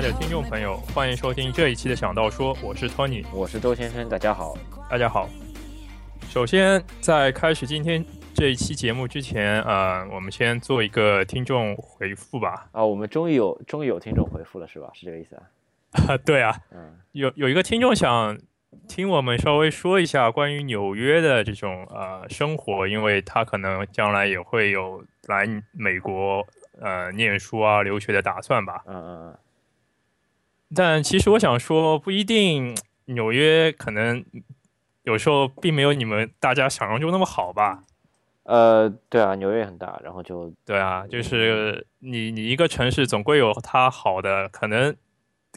的听众朋友，欢迎收听这一期的《想到说》，我是 Tony，我是周先生，大家好。大家好。首先，在开始今天这一期节目之前，呃，我们先做一个听众回复吧。啊，我们终于有终于有听众回复了，是吧？是这个意思啊？啊，对啊，嗯，有有一个听众想听我们稍微说一下关于纽约的这种呃生活，因为他可能将来也会有来美国呃念书啊、留学的打算吧。嗯嗯但其实我想说，不一定纽约可能有时候并没有你们大家想象中那么好吧。嗯。呃，对啊，纽约也很大，然后就对啊，就是你你一个城市总归有它好的，可能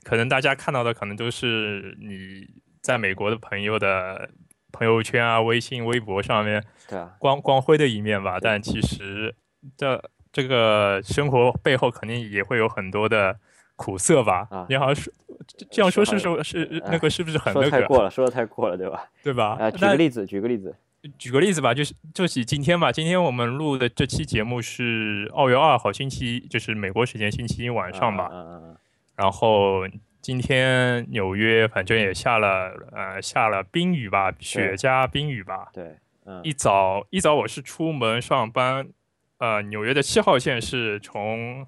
可能大家看到的可能都是你在美国的朋友的朋友圈啊、微信、微博上面对啊，光光辉的一面吧，但其实这这个生活背后肯定也会有很多的苦涩吧。啊你好像说这这样说是说说是哎那个是不是很说那得太个过了，说的太过了，对吧？对吧？啊，举那个例子，举个例子。举个例子吧，就是就是以今天吧，今天我们录的这期节目是二月二号星期，就是美国时间星期一晚上吧。嗯嗯嗯然后今天纽约反正也下了呃下了冰雨吧，雪加冰雨吧嗯，。对，嗯一早一早我是出门上班，呃，纽约的七号线是从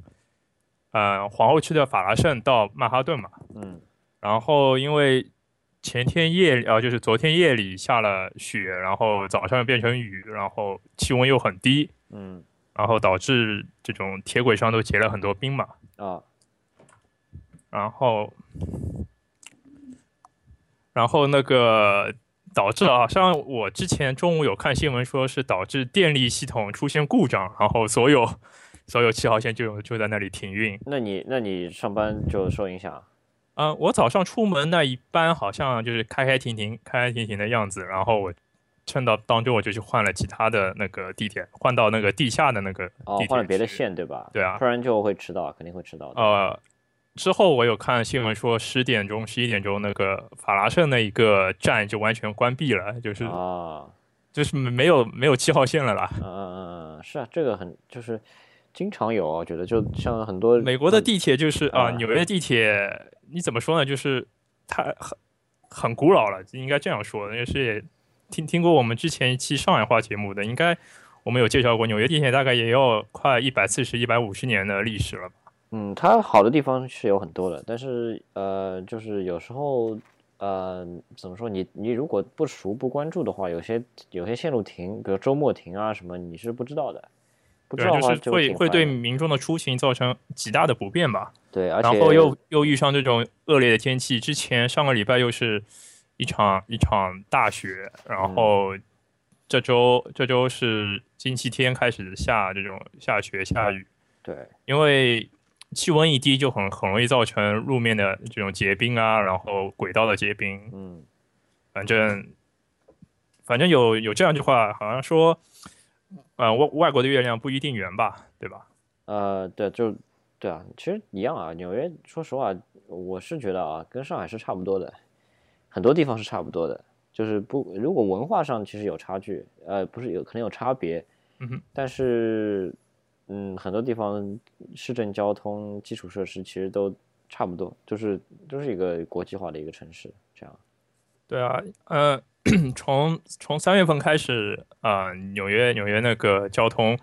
呃皇后区的法拉盛到曼哈顿嘛，嗯然后因为前天夜啊、呃，就是昨天夜里下了雪，然后早上变成雨，然后气温又很低，嗯然后导致这种铁轨上都结了很多冰嘛，啊，然后然后那个。导致啊，像我之前中午有看新闻，说是导致电力系统出现故障，然后所有所有七号线就就在那里停运。那你那你上班就受影响？嗯，我早上出门那一般好像就是开开停停、开开停停的样子，然后我趁到当中我就去换了其他的那个地铁，换到那个地下的那个哦地铁、，换了别的。线对吧？对啊不然就会迟到，肯定会迟到的。呃，之后我有看新闻说十点钟、十一点钟那个法拉盛那一个站就完全关闭了，就是、啊，就是没有没有七号线了啦。嗯嗯嗯嗯，是啊，这个很就是经常有啊，我觉得就像很多美国的很地铁就是啊、嗯啊纽约地铁你怎么说呢？就是它很很古老了，应该这样说。也是也听听过我们之前一期上海话节目的，应该我们有介绍过，纽约地铁大概也要快一百四十、一百五十年的历史了吧？嗯，它好的地方是有很多的，但是呃，就是有时候呃，怎么说你你如果不熟不关注的话，有些有些线路停，比如周末停啊什么，你是不知道的，不知对道啊，的话就是会挺会烦对的民众的出行造成极大的不便吧。对，而然且后又又遇上这种恶劣的天气，之前上个礼拜又是一场一场大雪，然后嗯这周、这周是星期天开始下这种下雪下雨，对因为气温一低就很很容易造成路面的这种结冰啊，然后轨道的结冰，嗯反正反正有有这样一句话，好像说，呃，外外国的月亮不一定圆吧，对吧？呃对就对啊，其实一样啊，纽约说实话，我是觉得啊，跟上海是差不多的，很多地方是差不多的，就是不如果文化上其实有差距，呃，不是有可能有差别。嗯哼。但是，嗯，很多地方市政交通基础设施其实都差不多，就是都是一个国际化的一个城市，这样。对啊，呃， 从从三月份开始，啊、纽约纽约那个交通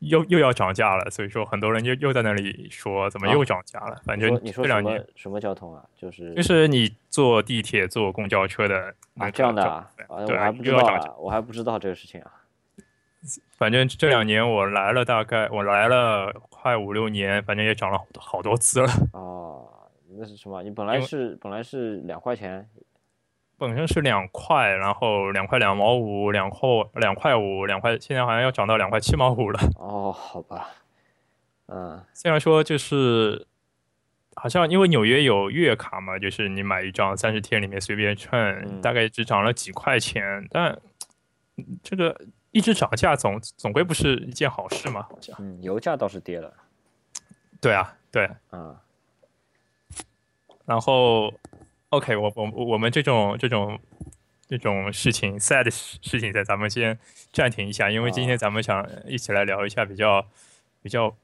又又要涨价了，所以说很多人又又在那里说怎么啊又涨价了。反你正说你这说什两么年，什么交通啊？就是就是你坐地铁、坐公交车的那啊个这样的交啊，啊对我还不知又道要涨价。啊，我还不知道这个事情啊。反正这两年我来了，大概我来了快五六年，反正也涨了好多好多次了。 哦，那是什么？你本来因为是本来是两块钱，本身是两块，然后两块两毛五，两块两块五，两块，现在好像要涨到两块七毛五了。哦，好吧，嗯虽然说就是，好像因为纽约有月卡嘛，就是你买一张三十天里面随便嗯乘，大概只涨了几块钱，但嗯这个一直涨价总总归不是一件好事嘛，好像。嗯，油价倒是跌了对啊，对。啊，然后，OK，我我我们这种这种这种事情 sad 的事事情，在咱啊们先暂停一下，因为今天咱们想一起来聊一下比较比较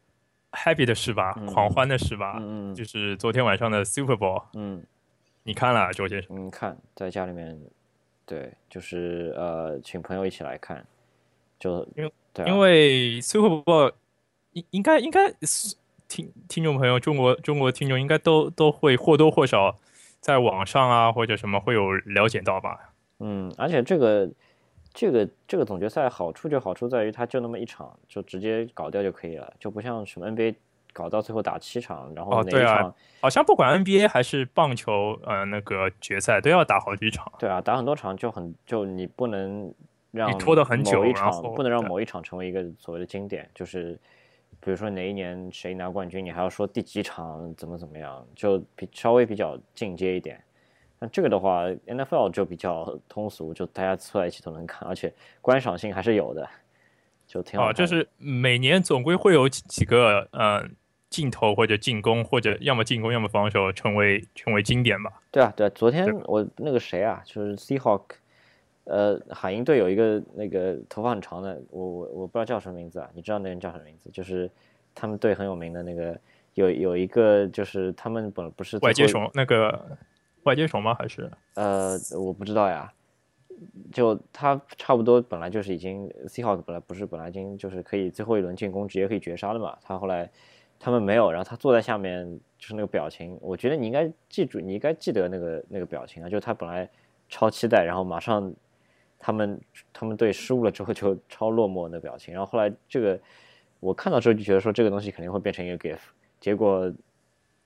happy 的事吧，嗯狂欢的事吧，嗯啊就嗯是昨天晚上的 Super Bowl，嗯你看了周先生？嗯，看在家里面，对，就是呃，请朋友一起来看，就因为对啊、因为 Super Bowl 应应该应该是听听众朋友，中国中国听众应该都都会或多或少在网上啊或者什么会有了解到吧？嗯，而且这个这个这个总决赛好处就好处在于它就那么一场，就直接搞掉就可以了，就不像什么 NBA 搞到最后打七场，然后哦哪对一啊场好像不管 NBA 还是棒球，呃，那个决赛都要打好几场。对啊，打很多场就很就你不能让拖得很某久一然场后不能让对某一场成为一个所谓的经典，就是比如说哪一年谁拿冠军，你还要说第几场怎么怎么样，就比稍微比较进阶一点。那这个的话，NFL 就比较通俗，就大家凑在一起都能看，而且观赏性还是有的，就挺好哦，看的。就是每年总归会有几几个呃镜头或者进攻，或者要么进攻要么防守，成为成为经典吧。对啊，对啊，昨天我那个谁啊，就是 Seahawk，呃，海鹰队有一个那个头发很长的，我我我不知道叫什么名字啊，你知道那人叫什么名字？就是他们队很有名的那个，有有一个就是他们本不是最外接后手那个外接手吗？还是呃，我不知道呀，就他差不多本来就是已经 Seahawk 本来不是本来已经就是可以最后一轮进攻直接可以绝杀了嘛，他后来他们没有，然后他坐在下面就是那个表情，我觉得你应该记住，你应该记得那个那个表情啊，就是他本来超期待，然后马上他们他们队失误了之后就超落寞的表情，然后后来这个我看到之后就觉得说这个东西肯定会变成一个 GIF，结果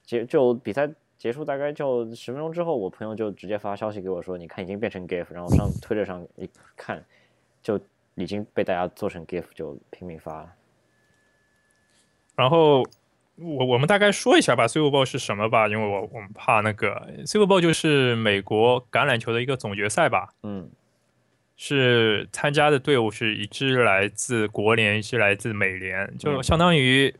结就比赛结束大概就十分钟之后，我朋友就直接发消息给我说：“你看已经变成 GIF。”然后上推特上一看，就已经被大家做成 GIF，就拼命发了。然后我我们大概说一下吧，Super Bowl 是什么吧，因为我我们怕那个 Super Bowl 就是美国橄榄球的一个总决赛吧，嗯是参加的队伍是一支来自国联，一支来自美联，就嗯相当于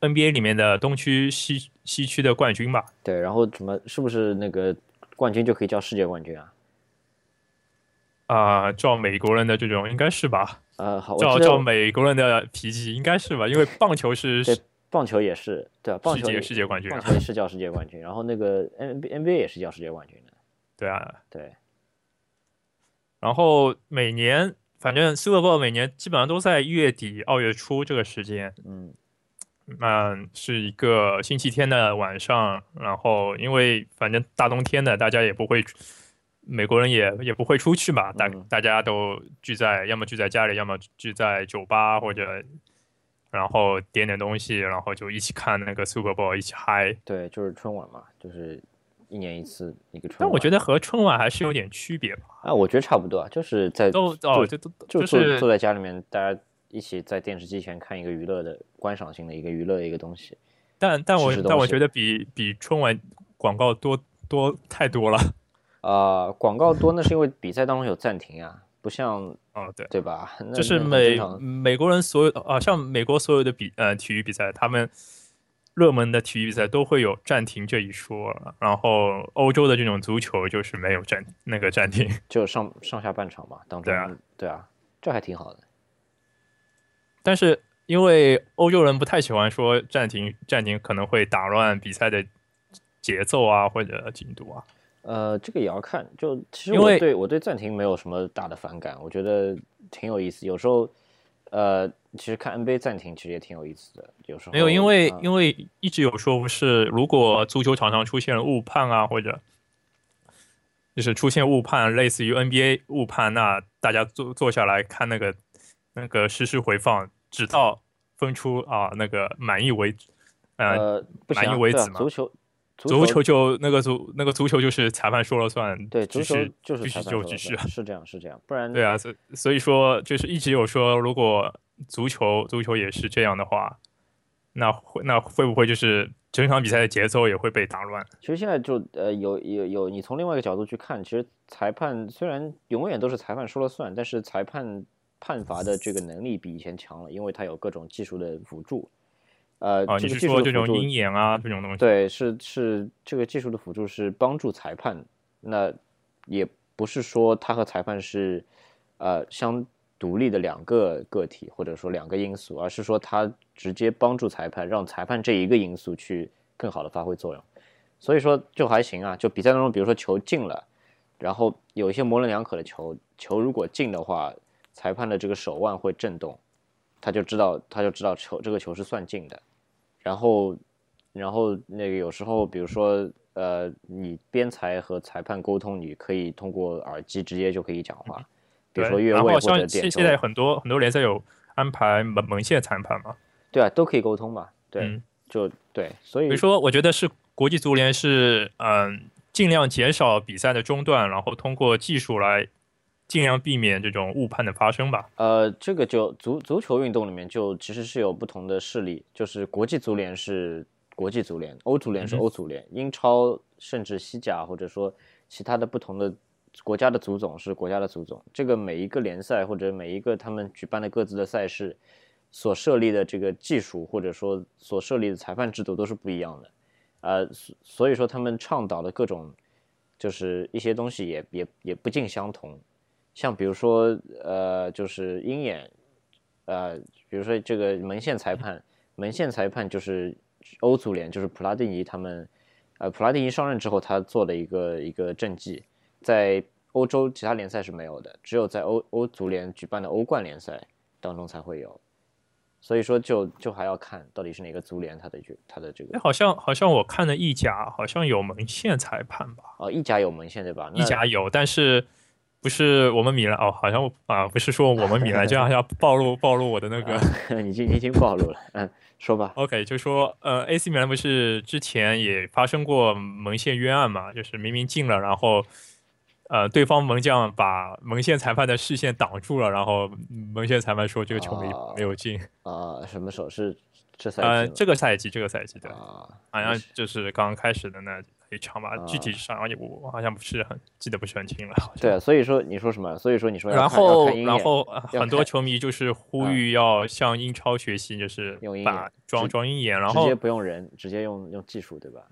NBA 里面的东区、西西区的冠军吧。，对。然后什么是不是那个冠军就可以叫世界冠军啊？啊、照美国人的这种应该是吧，呃，好，我照记得照我美国人的脾气应该是吧，因为棒球是对棒球也是，对吧、棒世球界也世界冠军啊棒球也是叫世界冠军，然后那个 N NBA 也是叫世界冠军的，对啊，对，然后每年反正 Super Bowl 每年基本上都在月底二月初这个时间，嗯嗯，是一个星期天的晚上，然后因为反正大冬天的，大家也不会，美国人也也不会出去嘛，大嗯大家都聚在，要么聚在家里，要么聚在酒吧或者，然后点点东西，然后就一起看那个 Super Bowl，一起嗨。对，就是春晚嘛，就是一年一次一个春晚。但我觉得和春晚还是有点区别吧，啊，我觉得差不多啊，就是在都哦，这都就就坐是坐在家里面，大家一起在电视机前看一个娱乐的观赏性的一个娱乐的一个东西。但但我吃吃但我东西觉得比比春晚广告多多太多了。啊、广告多那是因为比赛当中有暂停啊，不像哦，对，对吧？那就是那很美正常美国人所有啊，像美国所有的比呃体育比赛，他们热门的体育比赛都会有暂停这一说，然后欧洲的这种足球就是没有暂那个暂停。就上上下半场嘛，当中对啊对啊，这还挺好的。但是因为欧洲人不太喜欢说暂停，暂停可能会打乱比赛的节奏啊或者进度啊。呃，这个也要看，就其实因我为对我对暂停没有什么大的反感，我觉得挺有意思。有时候，呃，其实看 NBA 暂停其实也挺有意思的。有时候没有，因为嗯因为一直有说不是，如果足球场上出现了误判啊，或者就是出现误判，类似于 NBA 误判，那大家坐坐下来看那个那个实时回放，直到分出啊那个满意为止。呃，呃不行满啊，意为对啊止嘛足球足球就那个足那个足球就是裁判说了算，对，足只球是就是继裁续判就说继了续啊算，是这样是这样，不然对啊，所所以说就是一直有说，如果足球足球也是这样的话，那会那会不会就是整场比赛的节奏也会被打乱？其实现在就呃有有有，你从另外一个角度去看，其实裁判虽然永远都是裁判说了算，但是裁判判罚的这个能力比以前强了，因为他有各种技术的辅助。呃，啊，这你个是技术说的这辅种助鹰眼啊这种东西？对，是是这个技术的辅助是帮助裁判，那也不是说他和裁判是呃相独立的两个个体或者说两个因素，而是说它直接帮助裁判，让裁判这一个因素去更好的发挥作用。所以说就还行啊，就比赛当中，比如说球进了，然后有一些模棱两可的球，球如果进的话，裁判的这个手腕会震动，他就知道他就知道球这个球是算进的。然后，然后那个有时候，比如说呃，你边裁和裁判沟通，你可以通过耳机直接就可以讲话，比如说嗯对越然位后或者像点现球现，在很多很多联赛有安排门门线裁判嘛，对啊，都可以沟通嘛，对，嗯就对，所以所以说我觉得是国际足联是嗯、尽量减少比赛的中断，然后通过技术来尽量避免这种误判的发生吧。呃，这个就足足球运动里面就其实是有不同的势力，就是国际足联是国际足联，欧足联是嗯哼欧足联，英超甚至西甲或者说其他的不同的国家的足总是国家的足总。这个每一个联赛或者每一个他们举办的各自的赛事所设立的这个技术或者说所设立的裁判制度都是不一样的，呃，所所以说他们倡导的各种就是一些东西也也也不尽相同。像比如说呃，就是鹰眼，呃，比如说这个门线裁判，门线裁判就是欧足联，就是普拉蒂尼他们，呃，普拉蒂尼上任之后，他做了一个一个政绩，在欧洲其他联赛是没有的，只有在欧欧足联举办的欧冠联赛当中才会有。所以说就，就还要看到底是哪个足联他的这他的这哎，个好像好像我看的意甲好像有门线裁判吧，哦，意甲有门线对吧？意那甲有，但是不是我们米兰哦，好像啊、不是说我们 米兰，这样要暴露暴露我的那个。啊 你已经你已经暴露了，嗯，说吧， OK，就说呃，AC 米兰不是之前也发生过门线冤案嘛？就是明明进了，然后呃，对方门将把门线裁判的视线挡住了，然后门线裁判说这个球没、哦没有进。 啊、什么时候是这赛季呃，吗这个赛季，这个赛季对，啊，好没像事就是刚刚开始的那一场吧，具体啊上我我好像不是很记得不是很清了。好像对啊，所以说你说什么？所以说你说要然看要后看鹰然眼后呃要很多看球迷就是呼啊吁要向英超学习，就是用鹰把眼装直装鹰眼，然直后接不用人，直接用用技术，对吧？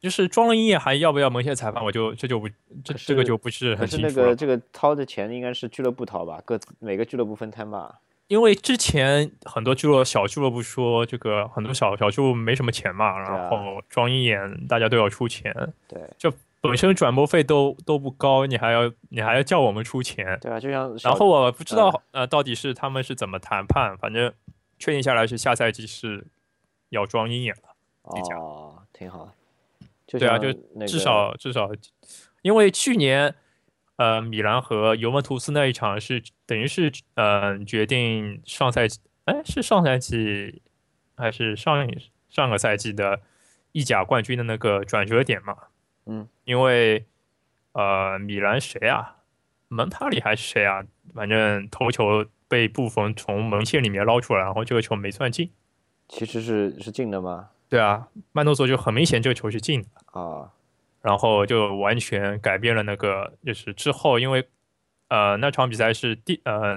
就是装了鹰眼还要不要门线裁判，我就这就不这可这个是就不是可很是清那楚了个，这个掏的钱应该是俱乐部掏吧，各自每个俱乐部分摊吧。因为之前很多俱乐小俱乐部说这个很多小小俱乐部没什么钱嘛，对啊然后装鹰眼大家都要出钱，对本身转播费都都不高，你还要你还要叫我们出钱，对啊，就像小嗯然后我不知道呃到底是他们是怎么谈判，反正确定下来是下赛季是要装鹰眼了。一家哦，挺好。就对啊像就那至个少至少，因为去年呃米兰和尤文图斯那一场是等于是呃决定上赛季，哎是上赛季还是上一上个赛季的意甲冠军的那个转折点嘛？嗯，因为呃米兰谁啊，蒙塔里还是谁啊，反正头球被布冯从门线里面捞出来，然后这个球没算进。其实是是进的吗？对啊，曼诺索就很明显这个球是进的。啊，然后就完全改变了那个，就是之后因为呃那场比赛是第呃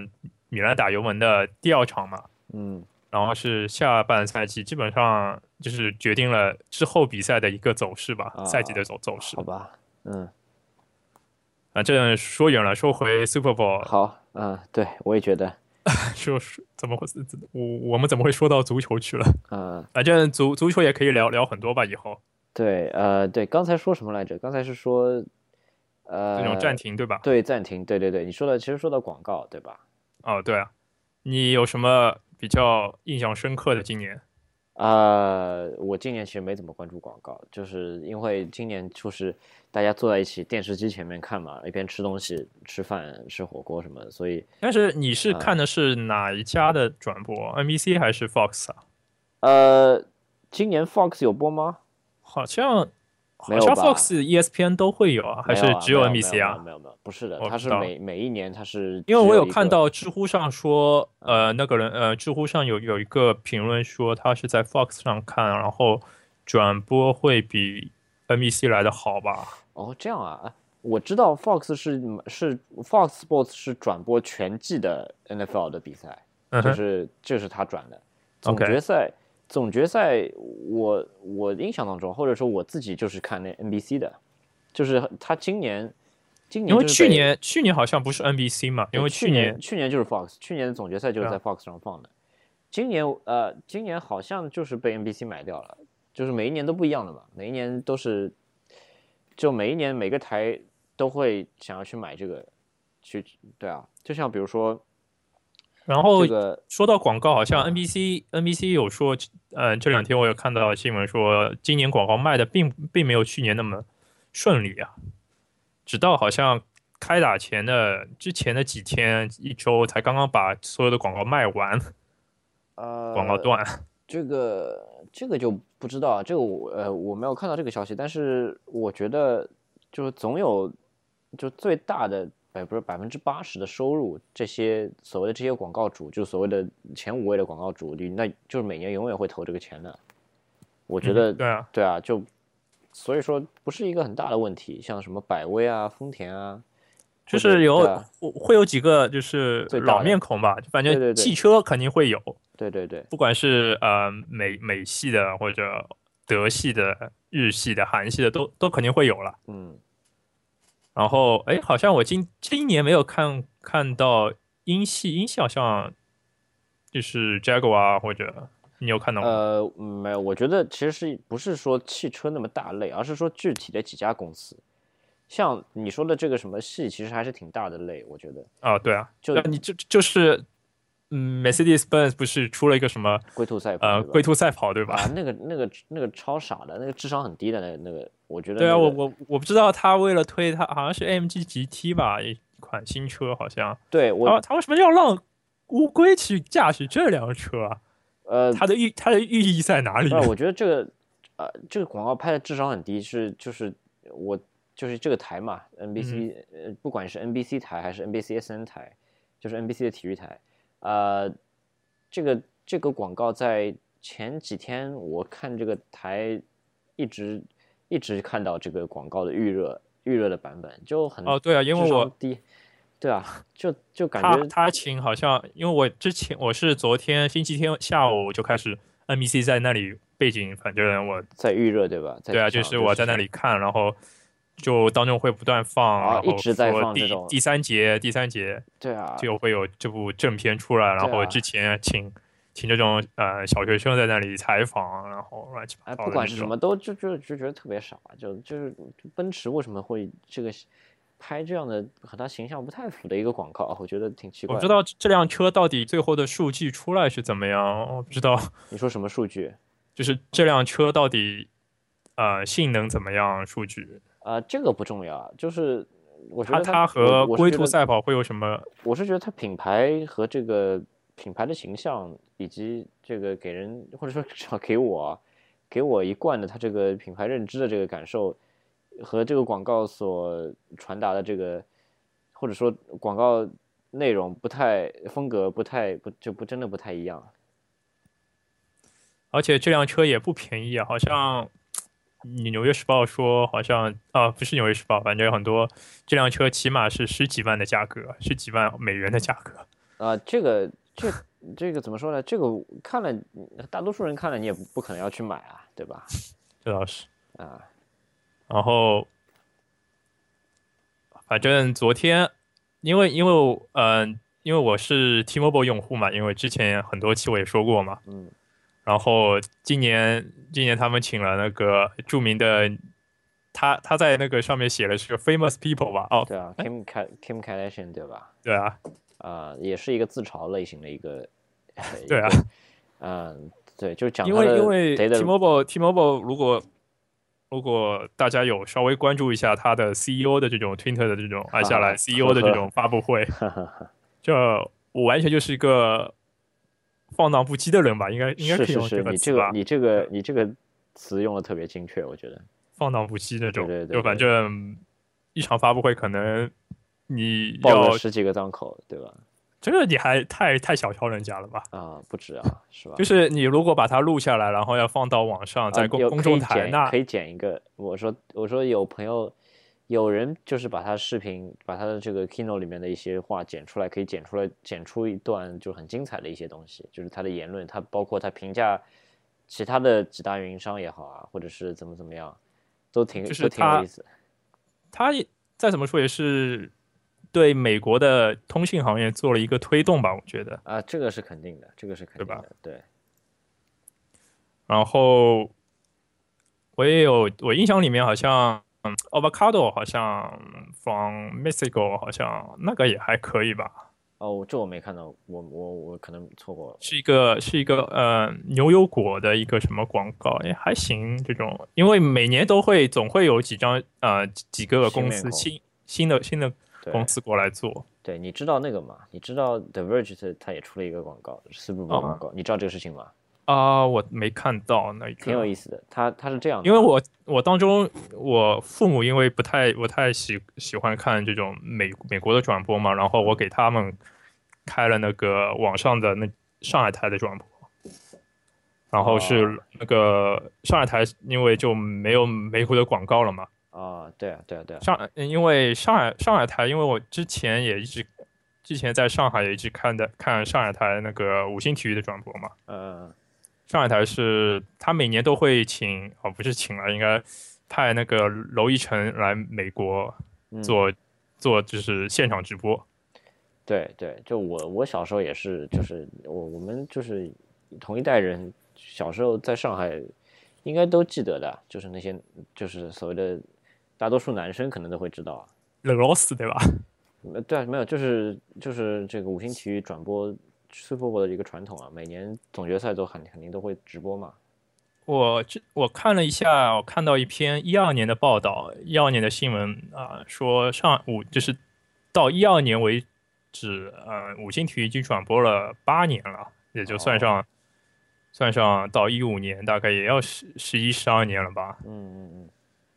米兰打尤文的第二场嘛，嗯，然后是下半赛季基本上就是决定了之后比赛的一个走势吧，啊赛季的走走势好。吧，嗯，反正说远了，说回 Super Bowl，好，嗯，对我也觉得， 说说怎么会我我们怎么会说到足球去了？ 嗯，反正足足球也可以聊聊很多吧，以后对，呃，对，刚才说什么来着？刚才是说，那呃，种暂停对吧？对，暂停，对对对，你说的其实说到广告，对吧？哦对啊，你有什么比较印象深刻的今年？呃，我今年其实没怎么关注广告，就是因为今年就是大家坐在一起电视机前面看嘛，一边吃东西、吃饭、吃火锅什么的，所以但是你嗯是看的是哪一家的转播、n 啊 b c 还是 Fox 啊？呃，今年 Fox 有播吗？好像好没有像吧 Fox、ESPN E 都会有啊，还没是有啊只有没 NBC 啊？没有没有没有没有，不是的，我它知是道每每一年它是因为只我有有一看个嗯到知乎上说，呃，那个人，呃，知乎上有有一个评论说他是在 Fox 上看，然后转播会比 NBC 来的好吧？哦，这样啊，啊我知道 Fox 是是 Fox Sports 是转播全季的 NFL 的比赛。嗯就哼，是这是他转的。总 OK 决赛总决赛我我印象当中，或者说我自己就是看那 NBC 的，就是他今年今年因为就是去被年去年好像不是 NBC 嘛，对因为去年去年就是 Fox，去年的总决赛就是对在啊 Fox 上放的。今年呃，今年好像就是被 NBC 买掉了，就是每一年都不一样的嘛，每一年都是，就每一年每个台都会想要去买这个，去对啊，就像比如说然后这个说到广告，好像 NBC NBC 有说，呃，这两天我有看到新闻说，今年广告卖的并并没有去年那么顺利啊，直到好像开打前的之前的几天一周才刚刚把所有的广告卖完，呃广告段。这个这个就不知道啊，这个我呃我没有看到这个消息，但是我觉得就是总有就最大的百不是百分之八十的收入，这些所谓的这些广告主，就所谓的前五位的广告主，你那就是每年永远会投这个钱的。我觉得、嗯 对啊，对啊，就所以说不是一个很大的问题，像什么百威啊、丰田啊，就或者是有对啊我会有几个就是最大的老面孔吧，反对对正对汽车肯定会有，对对对，不管是呃美美系的或者德系的、日系的、韩系的，都都肯定会有了。嗯，然后，哎，好像我今今年没有看看到英系，英系好像就是 Jaguar 啊或者你有看到吗？呃，没有，我觉得其实是不是说汽车那么大类，而是说具体的几家公司，像你说的这个什么系，其实还是挺大的类，我觉得啊，对啊，就那你就就是，嗯，Mercedes-Benz 不是出了一个什么龟兔赛跑，呃对吧龟兔赛跑，对吧？啊，那个那个那个超傻的，那个智商很低的那个那个，我觉得对啊，那我个我我不知道他为了推他好像是 AMG GT 吧，一款新车好像，对我、他他为什么要让乌龟去驾驶这辆车啊？呃，它的寓它的寓意在哪里不？是，我觉得这个呃，这个广告拍的智商很低，是就是我就是这个台嘛，NBC、呃，嗯不管是 NBC 台还是 NBCSN 台，就是 NBC 的体育台，呃，这个这个广告在前几天我看这个台一直一直看到这个广告的预热预热的版本，就很哦，对啊，因为智我商低，对啊，就就感他觉他请好像，因为我之前我是昨天星期天下午就开始 NBC 在那里背景，反正我在预热对吧？在对啊，智就商是我在那里看，然后就当中会不断放，啊然后一直在说放第这种第三节第三节对啊，就会有这部正片出来，然后啊之前请请这种呃小学生在那里采访，啊然后乱七八哎，糟不的管那是什种么，都就就就觉得特别傻，就就是奔驰为什么会这个拍这样的和它形象不太符的一个广告，我觉得挺奇怪我不的。知道这辆车到底最后的数据出来是怎么样，我不知道。你说什么数据就是这辆车到底呃性能怎么样？数据啊、这个不重要啊，就是我觉它得它和龟兔，赛我跑会有什么？我是觉得我是觉得它品牌和这个品牌的形象，以及这个给人或者说至少给我啊给我一贯的它这个品牌认知的这个感受，和这个广告所传达的这个，或者说广告内容不太风格不太不就不真的不太一样。而且这辆车也不便宜啊，好像你《纽约时报》说好像啊，不是《纽约时报》，反正有很多这辆车起码是十几万的价格，十几万美元的价格。啊、这个这这个怎么说呢？这个看了，大多数人看了你也不不可能要去买啊，对吧？这倒是。啊、然后，反正昨天，因为因为嗯、因为我是 T-Mobile 用户嘛，因为之前很多期我也说过嘛，嗯，然后今年今年他们请了那个著名的，他他在那个上面写了是个 famous people 吧？哦，对啊，Kim Ka- Kim Kardashian 对吧？对啊，啊、也是一个自嘲类型的一个，呃对啊，，嗯、对，就是讲因他为的因为贼的 T-Mobile T-Mobile 如果如果大家有稍微关注一下他的 CEO 的这种 Twitter 的这种啊按下来 CEO 的这种发布会，这我完全就是一个放荡不羁的人吧？应该应该是可以是用是，个你词这个吧？你这个你这个词用的特别精确，我觉得。放荡不羁那种，对对对就反对正一场发布会可能你爆要了十几个脏口，对吧？这个你还太太小瞧人家了吧？啊，不止啊，是吧？就是是你如果把它录下来，然后要放到网上，啊在公、公众台，那呃可以剪一个。我说我说有朋友，有人就是把他视频，把他的这个 Kino 里面的一些话剪出来，可以剪出来，剪出一段就很精彩的一些东西，就是他的言论，他包括他评价其他的几大运营商也好啊，或者是怎么怎么样，都挺就是都挺他有意思。他也再怎么说也是对美国的通信行业做了一个推动吧，我觉得。啊，这个是肯定的，这个是肯对定吧的，对然后我也有，我印象里面好像嗯 avocado 好像 from Mexico 好像那个也还可以吧，哦，这我没看到，我我我可能错过了。是一个是一个呃牛油果的一个什么广告，也还行这种，因为每年都会总会有几张呃几几个新公面司孔新新的新的对公司过来做，对，你知道那个吗？你知道 The Verge 它也出了一个广告，Super Bowl 哦广告，你知道这个事情吗？啊、我没看到那一挺有个，意思的，它它是这样的，因为我我当中我父母因为不太不太喜喜欢看这种美美国的转播嘛，然后我给他们开了那个网上的那上海台的转播，然后哦是那个上海台因为就没有美国的广告了嘛，啊，对啊对啊对啊，上嗯因为上海上海台，因为我之前也一直之前在上海也一直看的看上海台那个五星体育的转播嘛。嗯上海台是他每年都会请，哦，不是请了，应该派那个娄艺晨来美国嗯，做、做就是现场直播。对对，就我我小时候也是，就是我我们就是同一代人，小时候在上海应该都记得的，就是那些就是所谓的大多数男生可能都会知道啊，冷罗斯对吧？呃，对啊，没有，就是就是这个五星体育转播 Super Bowl 的一个传统啊，每年总决赛都肯肯定都会直播嘛。我这我看了一下，我看到一篇一二年的报道，一二年的新闻啊、说上五就是到一二年为止，呃，五星体育已经转播了八年了，也就算上、算上到一五年，大概也要十十一十二年了吧，嗯嗯嗯，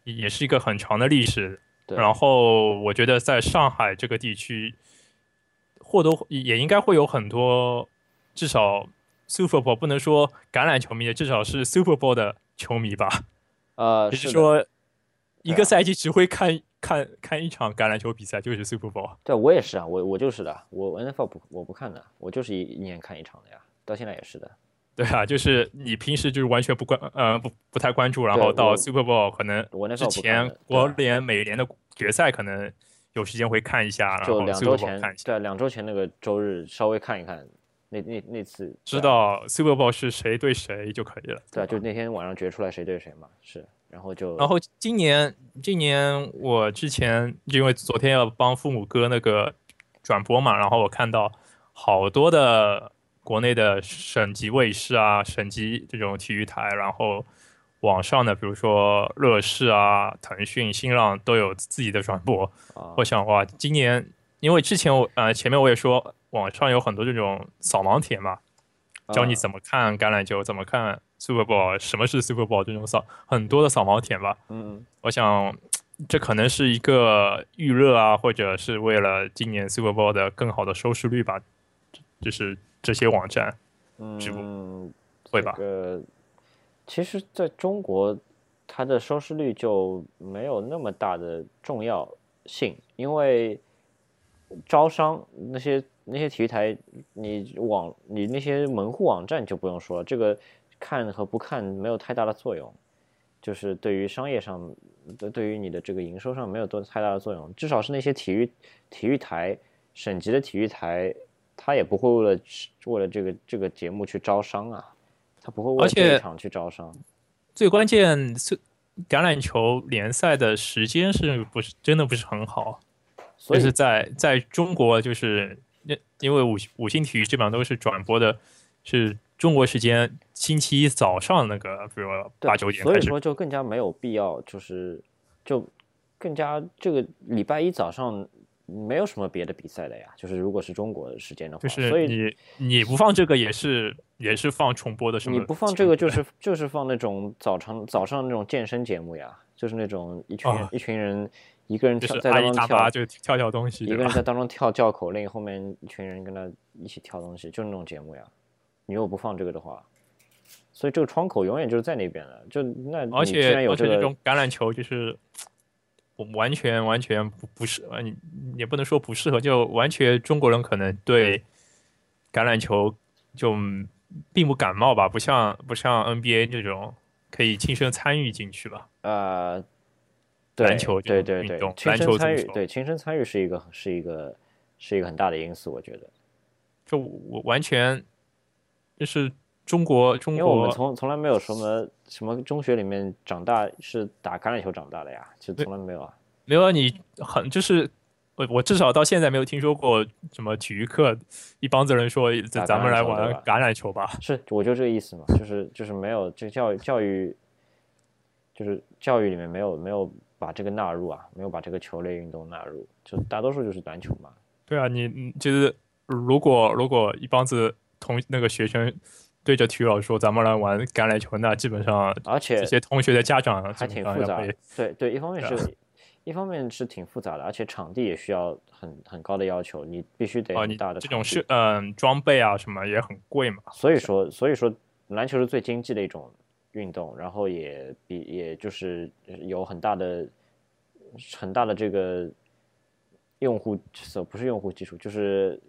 也是一个很长的历史。对。然后我觉得在上海这个地区，或多也应该会有很多，至少 Super Bowl 不能说橄榄球迷，至少是 Super Bowl 的球迷吧。呃， 就是的说，一对个啊赛季只会看看看一场橄榄球比赛，就是 Super Bowl。对我也是啊，我我就是的，我 NFL 不我不看的，我就是一一年看一场的呀，到现在也是的。对啊，就是你平时就是完全不关呃不不太关注，然对后到我 Super Bowl 可能我那之时候不看前的，国对啊联美联的决赛可能有时间会看一下，然就后两 Super Bowl 周前看一，下。对，两周前那个周日稍微看一看，那那那次知，道 Super Bowl 是谁对谁就可以了。对啊，对啊，就那天晚上决出来谁对谁嘛，是，然后就然后今年，今年我之前因为昨天要帮父母哥那个转播嘛，然后我看到好多的国内的省级卫视啊、省级这种体育台，然后网上的比如说乐视啊、腾讯、新浪都有自己的转播。啊我，想哇，今年因为之前我呃前面我也说网上有很多这种扫盲帖嘛，教你啊怎么看橄榄球，怎么看 Super Bowl，什么是 Super Bowl 这种扫很多的扫盲帖吧。嗯嗯我想这可能是一个预热啊，或者是为了今年 Super Bowl 的更好的收视率吧，就是这些网站嗯，直播会吧？呃，其实在中国，它的收视率就没有那么大的重要性，因为招商那些那些体育台，你网你那些门户网站就不用说了，这个看和不看没有太大的作用，就是对于商业上，对对于你的这个营收上没有多太大的作用，至少是那些体育体育台省级的体育台。他也不会为了为了这个这个节目去招商啊，他不会为而了这且一场去招商。最关键是橄榄球联赛的时间是不是真的不是很好？所就以是在在中国，就是因因为五五星体育基本上都是转播的，是中国时间星期一早上那个，比如说对八九点所开以始说就更加没有必要，就是就更加这个礼拜一早上没有什么别的比赛的呀，就是如果是中国时间的话，就是所以你你不放这个也是也是放重播的什么？你不放这个就是就是放那种早上早上那种健身节目呀，就是那种一群人、哦一群人一个人就跳是在阿当姨中大跳妈就跳跳东西，一对个人吧？ 在当中跳叫口令，后面一群人跟他一起跳东西，就是那种节目呀。你如果不放这个的话，所以这个窗口永远就是在那边的。就那而你既且然有而这且这个种橄榄球就是我完全完全不不适，呃你也不能说不适合，就完全中国人可能对橄榄球就嗯并不感冒吧，不像不像 NBA 这种可以亲身参与进去吧。呃，对篮球这种对对运对动，亲篮身球参足与球对亲身参与是一个是一个是一个很大的因素，我觉得，就我完全就是中国中因为我们国从从来没有什么什么中学里面长大是打橄榄球长大的呀，就从来没有啊。没有啊你很就是我我至少到现在没有听说过什么体育课一帮子人说打咱们来橄榄球玩对吧橄榄球吧，是，我就这个意思嘛，就是就是没有这个教育教育，就是教育里面没有没有把这个纳入啊，没有把这个球类运动纳入，就大多数就是篮球嘛。对啊，你你就是如果如果一帮子同那个学生对着体育老师说咱们来玩橄榄球，那基本上而且啊这些同学的家长还基挺本复上要杂被的。对对，一方面对啊是，一方面是挺复杂的，而且场地也需要很很高的要求，你必须得啊，很你大的这种场地是嗯、装备啊什么也很贵嘛，所以说，所以说篮球是最经济的一种运动，然后也比也就是有很大的很大的这个用户所不是用户基础，就是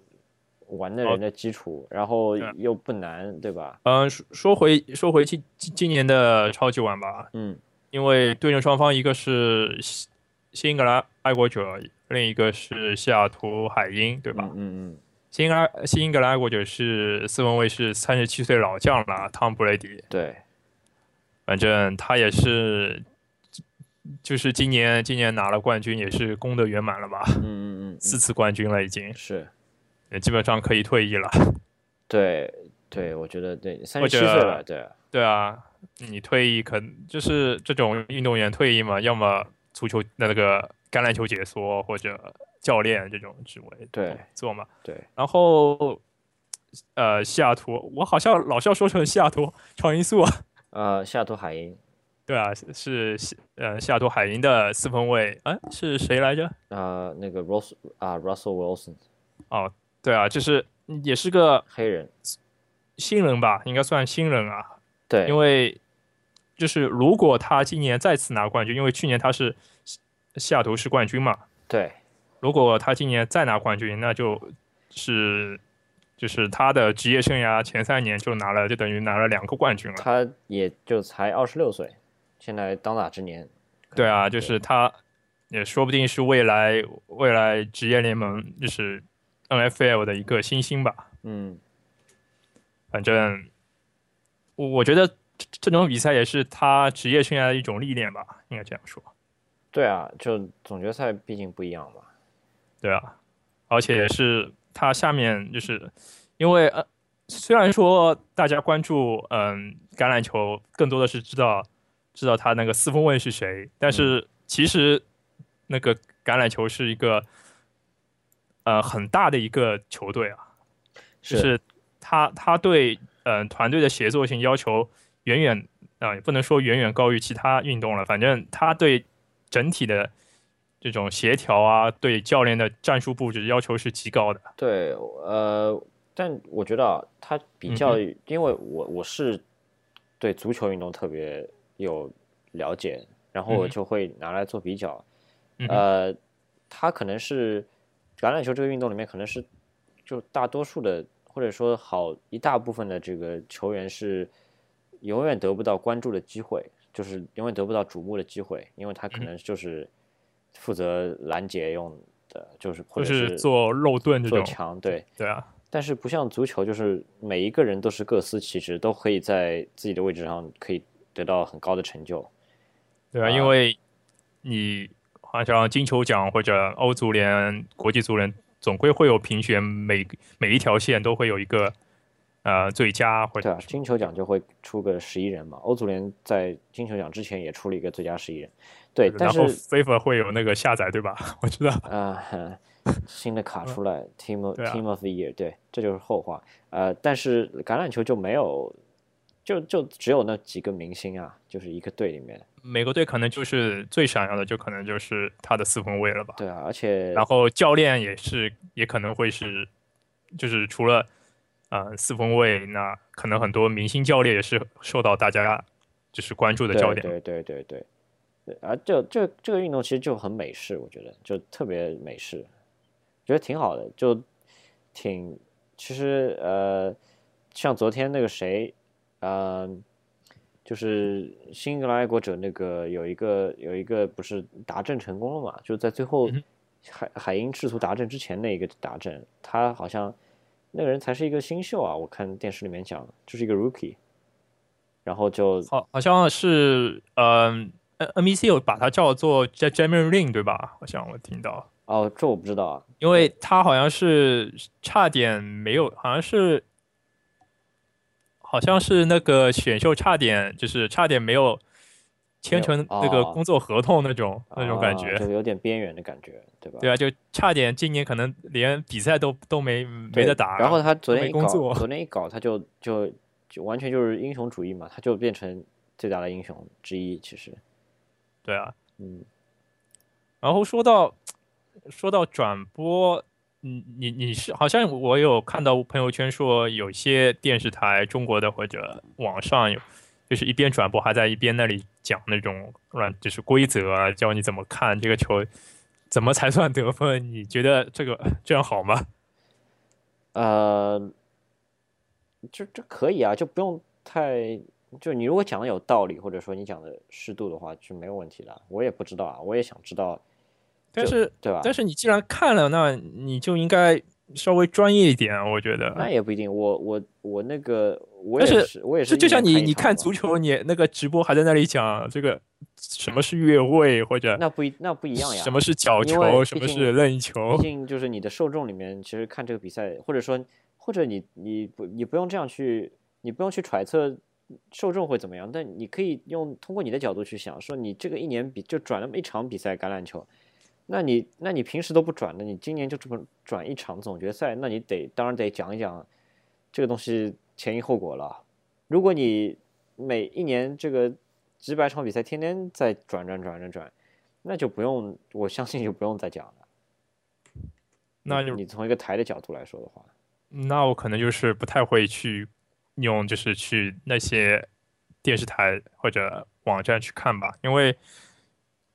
玩的人的基础，然后哦对啊又不难，对吧？嗯，说说回说回今今今年的超级碗吧，嗯，因为对阵双方一个是新新英格兰爱国者，另一个是西雅图海鹰，对吧？嗯嗯新英格兰新英格兰爱国者是四分卫是三十七岁老将了，汤姆布雷迪，对，反正他也是就是今年今年拿了冠军，也是功德圆满了吧，嗯嗯嗯四次冠军了已经，是，也基本上可以退役了。对对，嗯我觉得对，三或十七者岁了，对，对啊，你退役可能就是这种运动员退役嘛，要么足球那个橄榄球解说或者教练这种职位对做嘛。对，然后呃，西雅图，我好像老是要说成西雅图超音速啊。呃，西雅图海鹰对啊，是是西呃西雅图海鹰的四分卫，哎，是谁来着？啊、那个 Russ 啊 Russell Wilson 哦，对啊，就是也是个黑人，新人吧，应该算新人啊。对，因为就是如果他今年再次拿冠军，因为去年他是西西雅图是冠军嘛，对如果他今年再拿冠军，那就是就是他的职业生涯前三年就拿了，就等于拿了两个冠军了。他也就才二十六岁，现在当打之年。对啊，就是他也说不定是未来未来职业联盟就是 NFL 的一个新星吧。嗯，反正我我觉得这这种比赛也是他职业生涯的一种历练吧，应该这样说。对啊，就总决赛毕竟不一样嘛。对啊，而且是他下面就是因为呃，虽然说大家关注嗯橄榄球，更多的是知道知道他那个四分卫是谁，但是其实那个橄榄球是一个呃很大的一个球队啊，就是他他对嗯、呃团队的协作性要求远远啊、也不能说远远高于其他运动了，反正他对整体的这种协调啊，对教练的战术布置要求是极高的。对，呃，但我觉得啊，他比较，嗯因为我我是对足球运动特别有了解，然后我嗯就会拿来做比较。嗯哼呃，它可能是橄榄球这个运动里面，可能是就大多数的，或者说好一大部分的这个球员是永远得不到关注的机会，就是永远得不到瞩目的机会，因为他可嗯哼能就是负责拦截用的，就是或就者是做肉盾这做种，墙，对。对啊，但是不像足球，就是每一个人都是各司其职，都可以在自己的位置上可以得到很高的成就。对啊，啊因为你好像金球奖或者欧足联、国际足联总归会有评选，每每一条线都会有一个呃最佳或对者啊，金球奖就会出个十一人嘛。欧足联在金球奖之前也出了一个最佳十一人，对，但然是后 FIFA 会有那个下载对吧？ 我知道，啊、呃新的卡出来，Team of- 对啊 Team of the Year，对，这就是后话。呃，但是橄榄球就没有，就就只有那几个明星啊，就是一个队里面，美国队可能就是最闪耀的，就可能就是他的四分卫了吧。对啊，而且然后教练也是，也可能会是，就是除了呃四分卫，那可能很多明星教练也是受到大家就是关注的焦对点。对对对对，对啊，这这这个运动其实就很美式，我觉得就特别美式，觉得挺好的，就挺其实呃，像昨天那个谁，嗯、就是新英格兰爱国者那个有一个有一个不是达阵成功了嘛？就在最后嗯海海鹰试图达阵之前那一个达阵，他好像那个人才是一个新秀啊！我看电视里面讲，就是一个 rookie，然后就好，好像是嗯、呃、，N B C 有把它叫做 J j a m i n Lin 对吧？好像我听到，哦，这我不知道啊，因为他好像是差点没有，好像是好像是那个选秀差点就是差点没有签没有成那个哦工作合同那种、那种感啊觉。就有点边缘的感觉，对吧？对啊，就差点今年可能连比赛都都没对没得打。然后他昨都天没一工搞，作昨天一搞，他就就就完全就是英雄主义嘛，他就变成最大的英雄之一。其实，对啊，嗯，然后说到说到转播，你你你是好像我有看到朋友圈说，有些电视台中国的或者网上有，就是一边转播还在一边那里讲那种乱，就是规则啊，教你怎么看这个球，怎么才算得分？你觉得这个这样好吗？呃，这这可以啊，就不用太，就你如果讲的有道理，或者说你讲的适度的话，是没有问题的。我也不知道啊，我也想知道，但就是对吧？但是你既然看了，那你就应该稍微专业一点，我觉那得。也不一定，我我我那个我也但是我也就是就一像年你一你场看嘛足球，你那个直播还在那里讲这个什么是越位或者那不一那不一样呀，什么是角因为球，什毕么竟是任意球 毕？竟就是你的受众里面，其实看这个比赛，或者说，或者你你不你不用这样去，你不用去揣测受众会怎么样，但你可以用通过你的角度去想，说你这个一年比就转那么一场比赛橄榄球，那你那你平时都不转的，你今年就这么转一场总决赛，那你得当然得讲一讲这个东西前因后果了。如果你每一年这个几百场比赛天天在转转转转转，那就不用，我相信就不用再讲了。那你就你从一个台的角度来说的话，那我可能就是不太会去用，就是去那些电视台或者网站去看吧，因为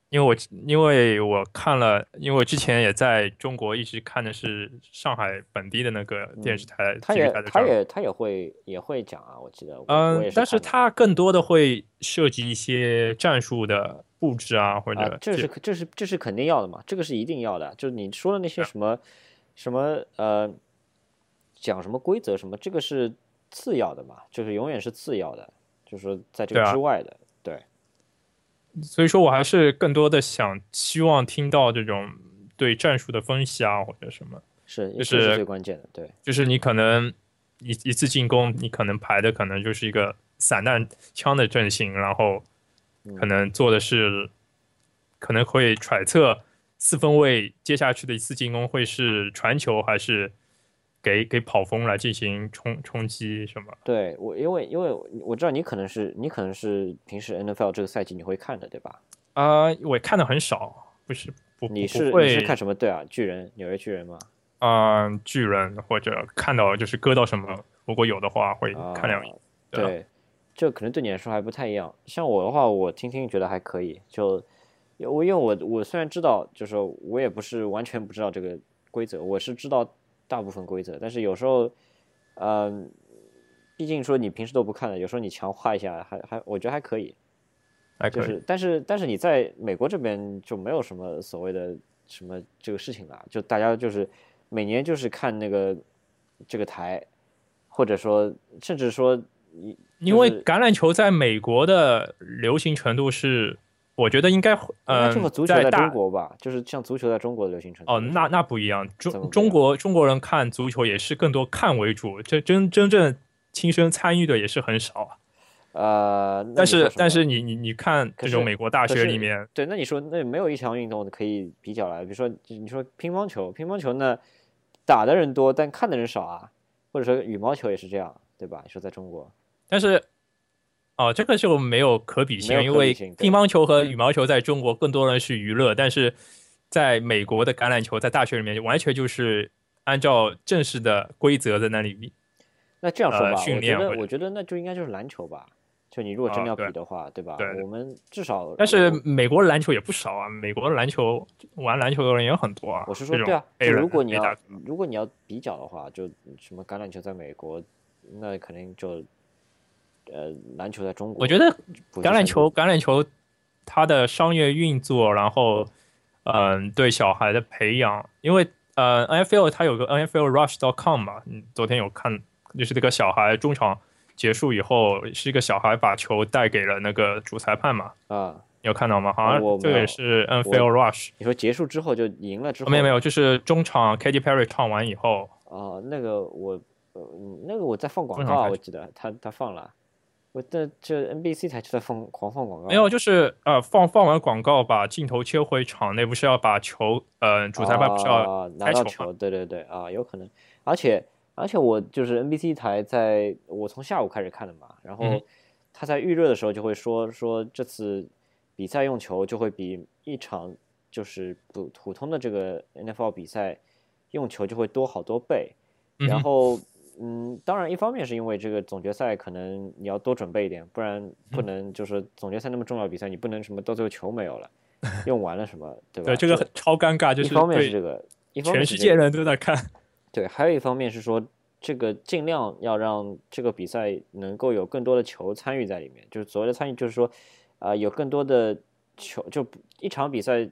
因为我因为我看了，因为我之前也在中国一直看的是上海本地的那个电视台嗯他体育也台的他转播。也他也会也会讲啊，我记得我，我也嗯，但是是看它更多的会涉及一些战术的布置啊，或的啊者，这是这是这是肯定要的嘛，这个是一定要的，啊就是你说的那啊些什么什么呃，讲什么规则什么，这个是次要的嘛，就是永远是次要的，就是说在这对个啊之外的，对所以说我还是更多的想希望听到这种对战术的分析啊，或者什么，是就这是最关键的，对，就是你可能一一次进攻，你可能排的可能就是一个散弹枪的阵型，然后嗯可能做的是，可能会揣测四分卫接下去的一次进攻会是传球还是给给跑锋来进行冲冲击什么。对我因为因为我知道你可能是你可能是平时 NFL 这个赛季你会看的对吧？啊、我看的很少，不是不你不是不你是会看什么队啊？巨人纽约巨人吗？啊、巨人或者看到就是割到什么，如果有的话会看两眼。啊对吧对，这可能对你来说还不太一样。像我的话，我听听觉得还可以。就我因为我我虽然知道，就是我也不是完全不知道这个规则，我是知道大部分规则，但是有时候，嗯、毕竟说你平时都不看的，有时候你强化一下，还还我觉得还可以。还可就以，是，但是但是你在美国这边就没有什么所谓的什么这个事情啦，就大家就是每年就是看那个这个台，或者说甚至说你因为就是橄榄球在美国的流行程度是，我觉得应该应呃该，这个足球在中大国吧，就是像足球在中国的流行程度哦，那那不一样，怎么不中一中样国中国人看足球也是更多看为主，这真真正亲身参与的也是很少啊。呃，那但你说是什但么是你你你看这可种是美国大可学是里面，对，那你说那没有一项运动可以比较来，比如说你说乒乓球，乒乓球呢打的人多，但看的人少啊，或者说羽毛球也是这样，对吧？你说在中国。但是，哦，这个就没有可比性，没因有可比为性对乒乓球和羽毛球在中国更多人是娱乐，但是在美国的橄榄球在大学里面完全就是按照正式的规则在那里。那这样说呃吧，训我练觉或得者我觉得那就应该就是篮球吧。就你如果真啊的要对比的话，对吧？对对我们至少，但是我美国篮球也不少啊，美国篮球玩篮球的人也很多啊。我是说，这对种，啊就黑人如果你黑大要哥如果你要比较的话，就什么橄榄球在美国，那肯定就呃篮球在中国，我觉得普及橄榄程度球，橄榄球它的商业运作，然后嗯、对小孩的培养，因为呃，NFL 它有个 NFL Rush.com 嘛，嗯昨天有看，就是这个小孩中场结束以后，是一个小孩把球带给了那个主裁判嘛，啊，你有看到吗？好像我没有这个也是 NFL 我 Rush，哦你说结束之后就赢了之后，没有没有，就是中场 Katy Perry 唱完以后，哦，那个我，呃，嗯那个我在放广中告场啊，开我记得他他放了，我这这 NBC 台就在放狂放广告，没有，就是呃放放完广告把镜头切回场内，不是要把球，呃，主裁判不是要啊拿开到球球，对对对啊，有可能，而且而且我就是 NBC 台在我从下午开始看的嘛，然后嗯他在预热的时候就会说说这次比赛用球就会比一场就是普普通的这个 NFL 比赛用球就会多好多倍，嗯然哼后，嗯，当然，一方面是因为这个总决赛可能你要多准备一点，不然嗯不能就是总决赛那么重要的比赛，你不能什么到最后球没 有了，用完了什么，对吧？对，这个很超尴尬，就一是方面是对这个，一方面全是世这界个人都在看。对，还有一方面是说这个尽量要让这个比赛能够有更多的球参与在里面，就是所谓的参与，就是说，啊、有更多的球，就不一场比赛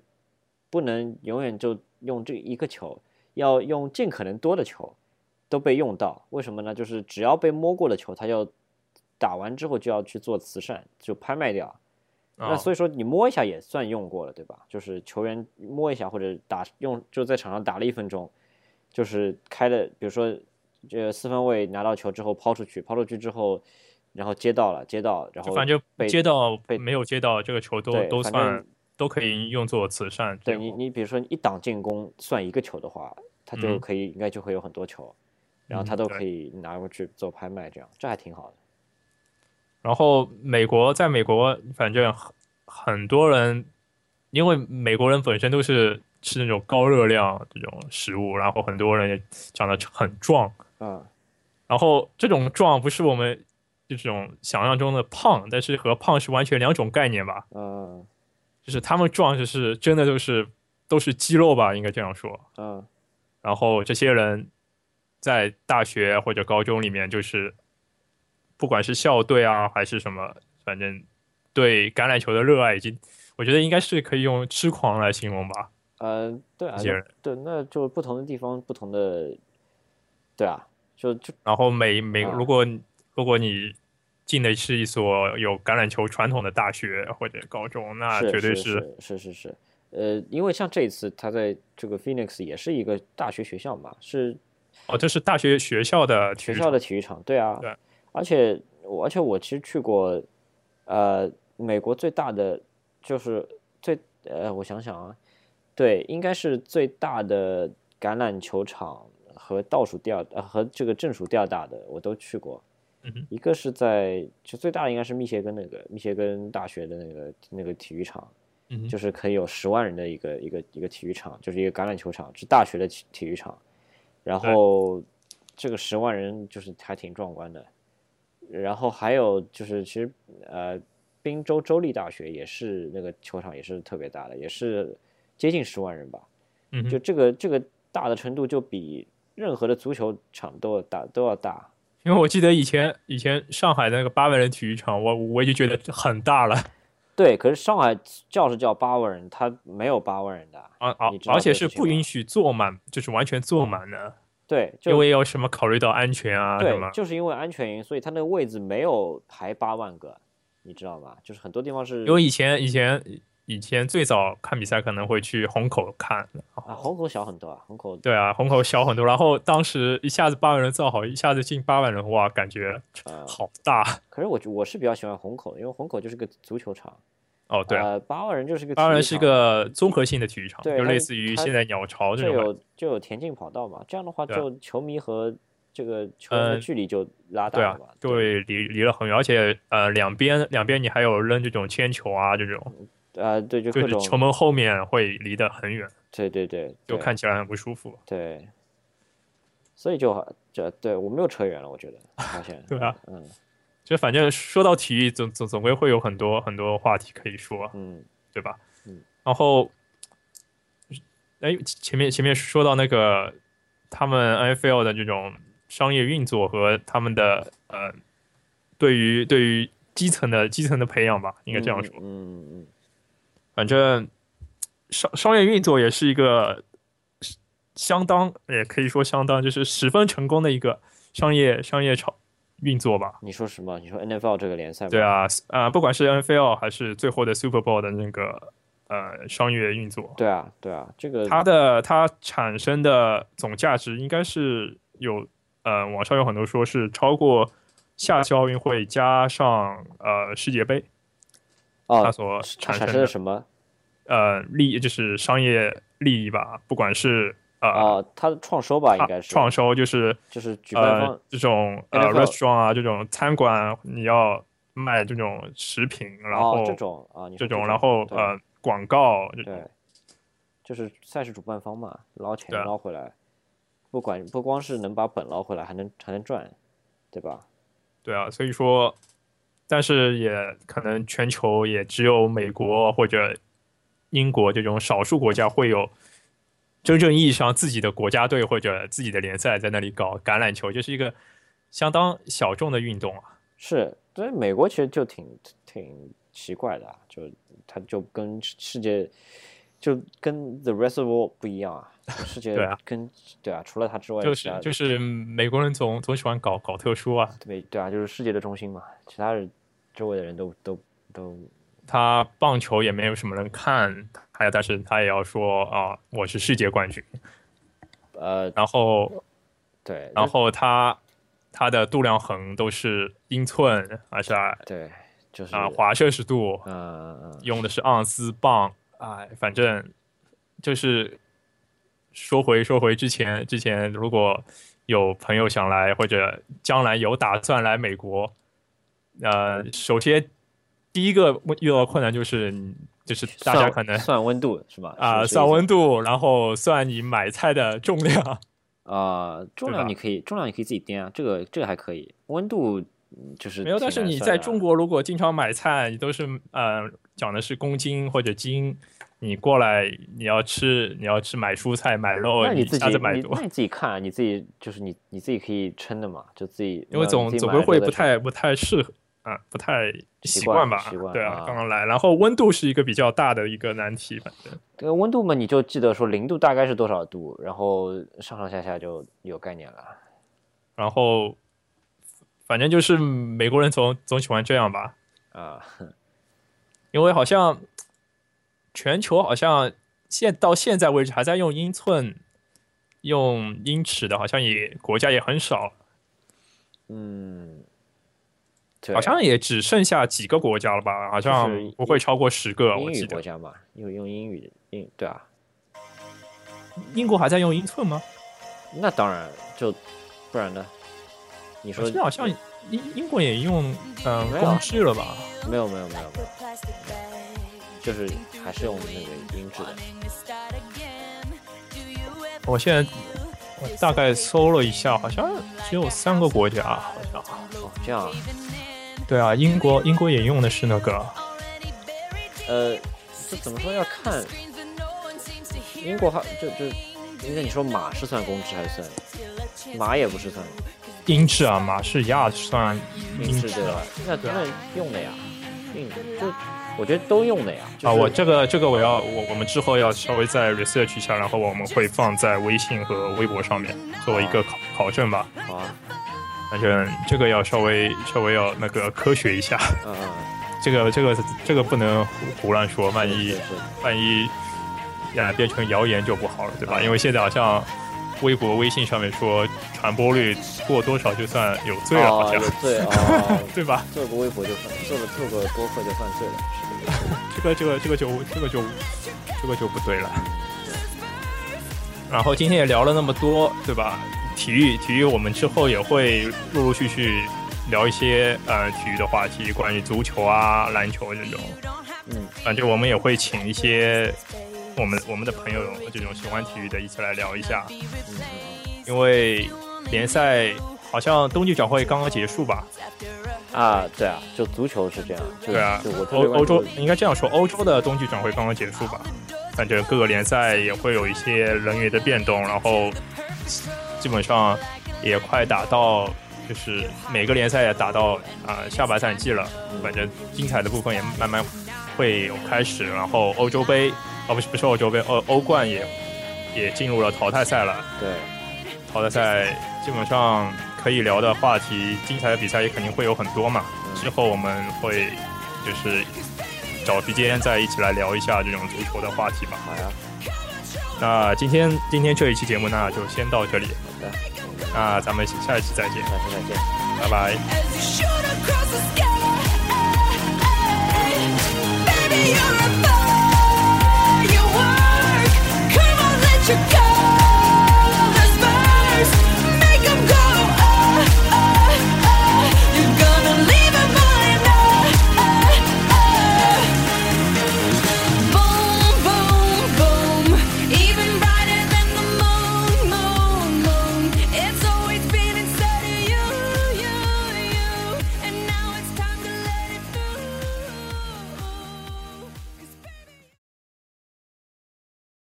不能永远就用这一个球，要用尽可能多的球都被用到。为什么呢？就是只要被摸过的球，它要打完之后就要去做慈善，就拍卖掉。 那啊所以说你摸一下也算用过了，对吧？就是球员摸一下或者打用，就在场上打了一分钟，就是开了，比如说这四分卫拿到球之后抛出去，抛出去之后，然后接到了，接到，然后反正被接到被没有接到这个球都对都反算正都可以用作慈善。对这哦你，个你比如说一档进攻算一个球的话，他就嗯可以、应该就会有很多球，然后他嗯都对可以拿过去做拍卖，这样这还挺好的。然后美国在美国，反正很很多人，因为美国人本身都是吃那种高热量这种食物，然后很多人也长得很壮，嗯，然后这种壮不是我们这种想象中的胖，但是和胖是完全两种概念吧。嗯就是他们壮，就是真的就是都是肌肉吧，应该这样说。嗯然后这些人在大学或者高中里面，就是不管是校队啊还是什么，反正对橄榄球的热爱已经，我觉得应该是可以用痴狂来形容吧。呃，对啊这，些那人对，那就不同的地方不同的，对啊，就就然后每每啊如果你如果你进的是一所有橄榄球传统的大学或者高中，那是绝对是是是是，呃，因为像这一次他在这个 Phoenix 也是一个大学学校嘛，是哦，这是大学学校的体学育校场的体育场，对啊，对而且我而且我其实去过，呃，美国最大的就是最呃，我想想啊，对，应该是最大的橄榄球场和倒数第二呃和这个正数第二大的我都去过，嗯哼一个是在就最大的应该是密歇根那个密歇根大学的那个那个体育场，嗯哼就是可以有十万人的一个一个一个体育场，就是一个橄榄球场，是大学的体体育场。然对后这个十万人就是还挺壮观的。然后还有就是，其实呃，宾州州立大学也是那个球场也是特别大的，也是接近十万人吧。嗯哼就这个这个大的程度，就比任何的足球场都要大都要大。因为我记得以前以前上海的那个八万人体育场，我我已经觉得很大了对，可是上海叫是叫八万人，它没有八万人的。啊啊你！知道而且这是个事情不吗允许坐满，就是完全坐满的，对，就因为有什么考虑到安全啊什对，么。就是因为安全原因，所以它那个位置没有排八万个，你知道吗？就是很多地方是因为以前以前以前最早看比赛可能会去虹口看，啊，虹口小很多啊，虹口对啊，虹口小很多。然后当时一下子八万人造好，一下子进八万人，哇，感觉呃，好大可是我我是比较喜欢虹口的，因为虹口就是个足球场，哦。对啊，呃，八万人就是个八万人体育是场个综合性的体育场，对就它类是似于它现在鸟巢这就种感觉。有就有田径跑道嘛，这样的话对啊就球迷和这个球员的嗯距离就拉对大啊了嘛，，对，离离了很远，而且呃，两边两边你还有扔这种铅球啊，这种呃，对，就对各着种球门后面会离得很远，对对对，就对看起来很不舒服。对，所以就好这对我们又扯远了，我觉得发现 对啊，嗯就反正说到体育，总总总归会有很多很多话题可以说，嗯对吧？嗯。然后，哎，前面前面说到那个他们 NFL 的这种商业运作和他们的呃对于对于基层的基层的培养吧，应该这样说。嗯嗯反正商商业运作也是一个相当，也可以说相当，就是十分成功的一个商业商业场运作吧。你说什么？你说 N F L 这个联赛吗？对啊，啊、不管是 NFL 还是最后的 Super Bowl 的那个呃商业运作，对啊，对啊，这个它的它产生的总价值应该是有，呃，网上有很多说是超过夏季奥运会加上呃世界杯，它哦，所产它生产的啊生了什么？呃利益就是商业利益吧，不管是呃、哦，它的创收吧，应啊该是创收，就是就是举办呃方这种呃 NFL restaurant 啊这种餐馆，你要卖这种食品，然后、哦这种啊，你说这种种，然后对呃广告这对，就是赛事主办方嘛，捞钱对啊捞回来，不管不光是能把本捞回来，还能还能赚，对吧？对啊，所以说，但是也可能全球也只有美国或者英国这种少数国家会有真正意义上自己的国家队或者自己的联赛在那里搞橄榄球，这是一个相当小众的运动啊。是，所以美国其实就挺挺奇怪的啊，就它就跟世世界就跟 the rest of the world 不一样啊，就世界 对啊跟对啊，除了它之外，就其是他就是美国人总总喜欢搞搞特殊啊，对对啊，就是世界的中心嘛，其他人周围的人都都都他棒球也没有什么人看，还有但是他也要说啊，我是世界冠军，呃然后对，然就后它它的度量衡都是英寸，而且啊、对就是呃华摄氏度嗯嗯嗯用的是盎司、磅，哎，反正就是说回说回之前之前，如果有朋友想来或者将来有打算来美国，呃，首先第一个遇到的困难就是就是大家算可能算温度是吧？啊、是是算意思温度，然后算你买菜的重量。啊，重对量吧你可以重量你可以自己掂啊，这个这个还可以，温度嗯就是没有，但挺是难你算在的中啊国如果经常买菜，你都是呃讲的是公斤或者斤，你过来你要吃你要吃买蔬菜买肉，那你自己下次买你多那，你自己看啊，你自己就是你你自己可以称的嘛，就自己因为总总归会不太不太适合啊、不太习习惯吧习惯，对啊啊，刚刚来，然后温度是一个比较大的一个难题，反正呃温度嘛，你就记得说零度大概是多少度，然后上上下下就有概念了。然后反正就是美国人总总喜欢这样吧，啊，因为好像全球好像现到现在为止还在用英寸、用英尺的，好像也国家也很少，嗯，对，好像也只剩下几个国家了吧？好像就是不会超过十个。英我语记国得家嘛，用用英语英对啊，英国还在用英寸吗？那当然就不然呢？你我说记得好像英英国也用嗯、呃没有公制了吧？没有没有没有没有，就是还是用那个音质的。我现在我大概搜了一下，好像只有三个国家，好像。哦这样啊，对啊，英国英国也用的是那个，呃，这怎么说要看英国还就就，那你说马是算公制还是算马也不是算英制啊，马士亚算英英制制对的。吧？那嗯对啊那用的呀，用就我觉得都用的呀。就是啊，我这个这个我要我我们之后要稍微再 research 一下，然后我们会放在微信和微博上面作为一个考考证吧。好啊，反正这个要稍微稍微要那个科学一下，嗯嗯，这个这个这个不能胡胡乱说，万一是是万一呀变成谣言就不好了，对吧？因为现在好像微博、微信上面说传播率过多少就算有罪了，啊好哦，像有罪哦， 对吧？做个微博就犯，做个做个播客就犯罪了，是这个意这个思。这个这个就这个就这个就不对了。然后今天也聊了那么多，对吧？体育体育，我们之后也会陆陆续续聊一些呃体育的话题，关于足球啊、篮球这种。嗯，反正我们也会请一些我们我们的朋友这种喜欢体育的一起来聊一下，因为联赛好像冬季转会刚刚结束吧？啊，对啊，就足球是这样，就对啊就我，特别欧关欧注洲应该这样说，欧洲的冬季转会刚刚结束吧？反正各个联赛也会有一些人员的变动，然后基本上也快打到就是每个联赛也打到啊、下半赛季了，反正精彩的部分也慢慢会有开始。然后欧洲杯，哦不是不是欧洲杯，欧欧冠也也进入了淘汰赛了。对，淘汰赛基本上可以聊的话题，精彩的比赛也肯定会有很多嘛。之后我们会就是找时间再一起来聊一下这种足球的话题吧。好呀，那今天今天这一期节目呢，就先到这里，好的，那咱们下一期再见，那下次再见。拜拜。 As you shoot across the sky, baby, you're a fire. Your work, come on, let you go.